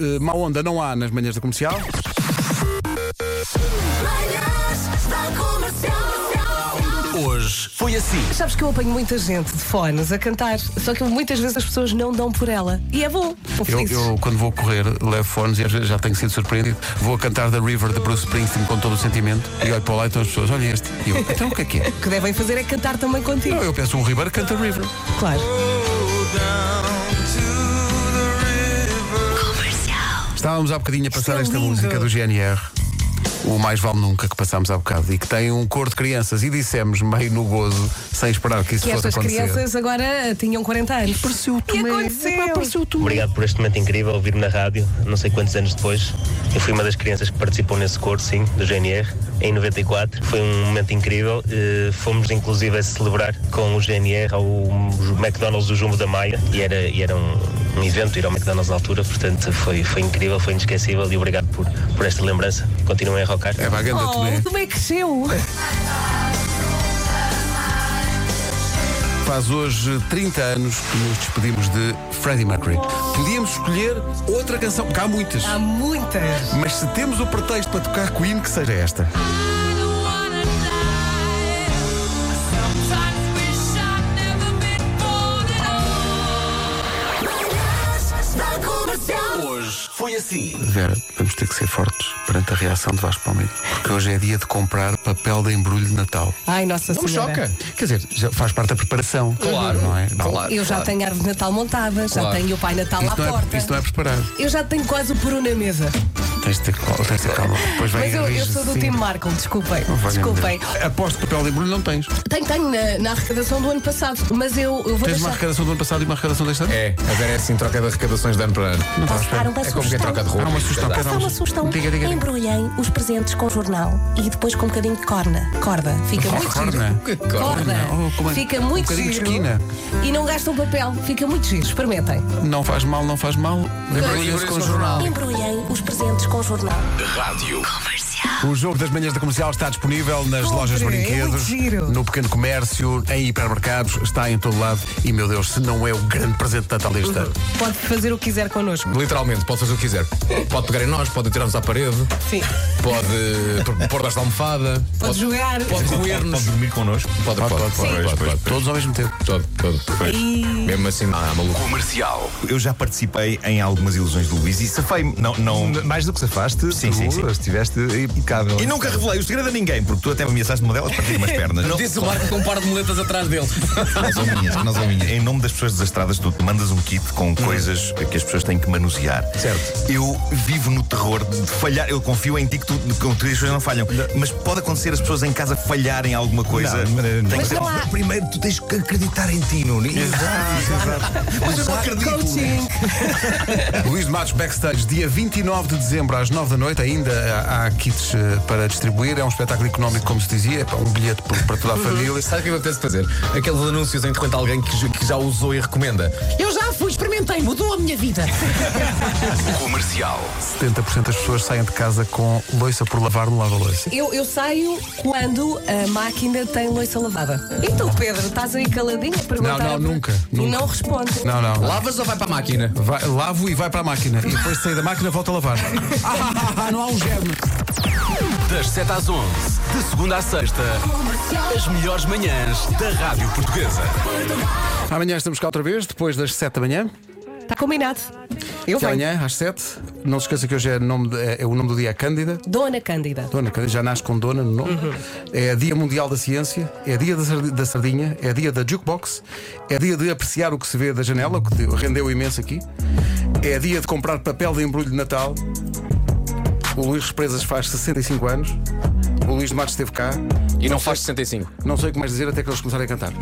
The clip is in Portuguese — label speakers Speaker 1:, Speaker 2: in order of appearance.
Speaker 1: Uh, má onda não há nas manhãs da comercial.
Speaker 2: Manhãs da Comercial.
Speaker 1: Hoje foi assim.
Speaker 3: Sabes que eu apanho muita gente de fones a cantar, só que muitas vezes as pessoas não dão por ela. E é bom, estão
Speaker 1: Eu,
Speaker 3: felizes.
Speaker 1: eu, quando vou correr, levo fones e às vezes já tenho sido surpreendido. Vou a cantar da River de Bruce Springsteen com todo o sentimento e olho para lá e todas as pessoas, olhem este. E eu, então o que é que é?
Speaker 3: O que devem fazer é cantar também contigo.
Speaker 1: Não, eu penso, o Ribeiro canta River.
Speaker 3: Claro.
Speaker 1: Estávamos há bocadinho a passar
Speaker 3: é
Speaker 1: esta
Speaker 3: lindo.
Speaker 1: música do GNR. O Mais Vale Nunca que passámos há bocado e que tem um cor de crianças e dissemos meio no gozo, sem esperar que isso
Speaker 3: Que
Speaker 1: fosse
Speaker 3: estas
Speaker 1: acontecer.
Speaker 3: crianças agora eh, tinham 40 anos.
Speaker 1: Pareceu
Speaker 3: E
Speaker 1: Tomé.
Speaker 3: aconteceu.
Speaker 1: Epá, Pareceu tu.
Speaker 4: Obrigado por este momento incrível, ouvir-me na rádio, não sei quantos anos depois. Eu fui uma das crianças que participou nesse coro, sim, do GNR, em 94. Foi um momento incrível. eh, fomos, inclusive, a celebrar com o GNR ao McDonald's do Jumbo da Maia. E era, e era um, um evento ir ao McDonald's na altura, portanto, foi, foi incrível, foi inesquecível. E obrigado por, por esta lembrança. Continuem a rocar.
Speaker 1: É baganda
Speaker 3: Oh,
Speaker 1: Tomé.
Speaker 3: o Tomé cresceu.
Speaker 1: Faz hoje 30 anos que nos despedimos de Freddie Mercury. Podíamos escolher outra canção, porque há muitas.
Speaker 3: Há muitas.
Speaker 1: Mas se temos o pretexto para tocar Queen, que seja esta.
Speaker 2: Manhãs da Comercial.
Speaker 1: Vera, vamos ter que ser fortes perante a reação de Vasco Palmeiro. Porque hoje é dia de comprar papel de embrulho de Natal.
Speaker 3: Ai, Nossa Senhora.
Speaker 1: Quer dizer, já faz parte da preparação. Claro. Não é? Não.
Speaker 3: Eu já tenho a árvore de Natal montada, já tenho o Pai Natal à
Speaker 1: Isso não,
Speaker 3: porta.
Speaker 1: é, isso não é preparado.
Speaker 3: Eu já tenho quase o peru na mesa.
Speaker 1: Tens de ter, cal- tens de ter calma. Depois vem
Speaker 3: Mas eu, eu sou do
Speaker 1: rígido,
Speaker 3: time
Speaker 1: sim.
Speaker 3: Marco, desculpem.
Speaker 1: Valha-me Deus.
Speaker 3: Desculpem.
Speaker 1: Aposto que papel de embrulho não tens.
Speaker 3: Tenho, tenho na, na arrecadação do ano passado, mas eu,
Speaker 1: Tens
Speaker 3: eu vou
Speaker 1: uma
Speaker 3: deixar.
Speaker 1: arrecadação do ano passado e uma arrecadação deste ano?
Speaker 5: É, agora é assim troca de arrecadações de ano para ano.
Speaker 1: Não estás
Speaker 6: Passaram uma
Speaker 5: É como quem
Speaker 6: sugestão.
Speaker 5: troca de roupa.
Speaker 1: Há uma sugestão.
Speaker 5: Verdade.
Speaker 1: Cada
Speaker 6: Passaram
Speaker 1: um-
Speaker 6: uma sugestão.
Speaker 1: Diga, diga, diga.
Speaker 6: Embrulham os presentes com jornal e depois com um bocadinho de corna.
Speaker 3: Corda, fica
Speaker 1: Oh,
Speaker 3: muito
Speaker 1: Corna?
Speaker 3: giro.
Speaker 5: Que corna?
Speaker 1: Oh, como é-
Speaker 3: Fica
Speaker 1: um
Speaker 3: muito
Speaker 1: bocadinho de
Speaker 3: giro.
Speaker 1: esquina.
Speaker 3: E não gastam papel, fica muito giro, experimentem.
Speaker 1: Não faz mal, não faz mal. Embrulha-se com o jornal.
Speaker 6: Embrulhem os presentes com jornal.
Speaker 1: O jogo das manhãs da comercial está disponível nas
Speaker 3: Compre,
Speaker 1: lojas de
Speaker 3: é muito
Speaker 1: brinquedos,
Speaker 3: giro.
Speaker 1: no pequeno comércio, em hipermercados, está em todo lado. E meu Deus, se não é o grande presente de Natal deste ano.
Speaker 3: Pode fazer o que quiser connosco.
Speaker 5: Literalmente, pode fazer o que quiser. Pode pegar em nós, pode atirar-nos à parede,
Speaker 3: Sim.
Speaker 5: pode pôr debaixo da almofada,
Speaker 3: Pode jogar.
Speaker 5: pode comer-nos.
Speaker 7: Pode dormir connosco.
Speaker 5: Pode, pode, pode, pode, pode, pode.
Speaker 1: Todos ao mesmo tempo.
Speaker 5: Todo, todo. Mesmo assim, não, há maluco.
Speaker 7: Eu já participei em algumas ilusões do Luís e safei-me. Não, não... Mais do que safaste, sim, sim, sim. estiveste impecável. E nunca revelei o segredo a ninguém, porque tu até me ameaçaste uma delas para ter umas pernas. Não,
Speaker 5: Disse o Marco com um par de moletas atrás dele.
Speaker 7: não são minhas, não são minhas. Em nome das pessoas desastradas, tu mandas um kit com coisas que as pessoas têm que manusear.
Speaker 5: Certo.
Speaker 7: Eu vivo no terror de falhar. Eu confio em ti que tu, que tu as coisas não falham. Mas pode acontecer as pessoas em casa falharem em alguma coisa. Tem que
Speaker 3: Mas
Speaker 7: ser-
Speaker 3: não há.
Speaker 5: Primeiro, tu tens que acreditar em ti, Nuno.
Speaker 7: Mas eu não acredito.
Speaker 3: Coaching.
Speaker 1: Luís de Matos Backstage, dia 29 de dezembro às 9 da noite. Ainda há, há kits eh, para distribuir. É um espetáculo económico, como se dizia. É pá, um bilhete por- para
Speaker 3: Uhum.
Speaker 1: toda a família.
Speaker 5: Sabe o que eu apetece fazer? Aqueles anúncios em que conta alguém que, ju- que já usou e recomenda.
Speaker 3: Eu já fui, experimentei, mudou a minha vida.
Speaker 1: 70% das pessoas saem de casa com loiça por lavar no lava-loiça.
Speaker 3: Eu, eu saio quando a máquina tem louça lavada. E tu, Pedro, estás aí caladinho a perguntar?
Speaker 1: Não, não,
Speaker 3: a-
Speaker 1: nunca,
Speaker 3: E
Speaker 1: nunca.
Speaker 3: não respondes.
Speaker 1: Não, não.
Speaker 5: Lavas ou vai para a máquina?
Speaker 1: Vai- lavo e vai para a máquina. E depois de sair da máquina, volto a lavar. Ah, não há um germe.
Speaker 8: Das 7 às 11, de segunda à sexta, as melhores manhãs da Rádio Portuguesa.
Speaker 1: Amanhã estamos cá outra vez, depois das 7 da manhã.
Speaker 3: Está combinado. Eu
Speaker 1: Até
Speaker 3: venho.
Speaker 1: amanhã, às 7. Não se esqueça que hoje é, nome de- é- é o nome do dia é Cândida.
Speaker 3: Dona Cândida.
Speaker 1: Dona Cândida, já nasce com Dona no nome. É Dia Mundial da Ciência, é Dia da sardi- da Sardinha, é Dia da Jukebox, é Dia de apreciar o que se vê da janela, o que te- rendeu imenso aqui. É Dia de comprar papel de embrulho de Natal. O Luís Represas faz 65 anos. O Luís de Matos esteve cá.
Speaker 5: E não faz 65.
Speaker 1: Não sei o que mais dizer até que eles começarem a cantar.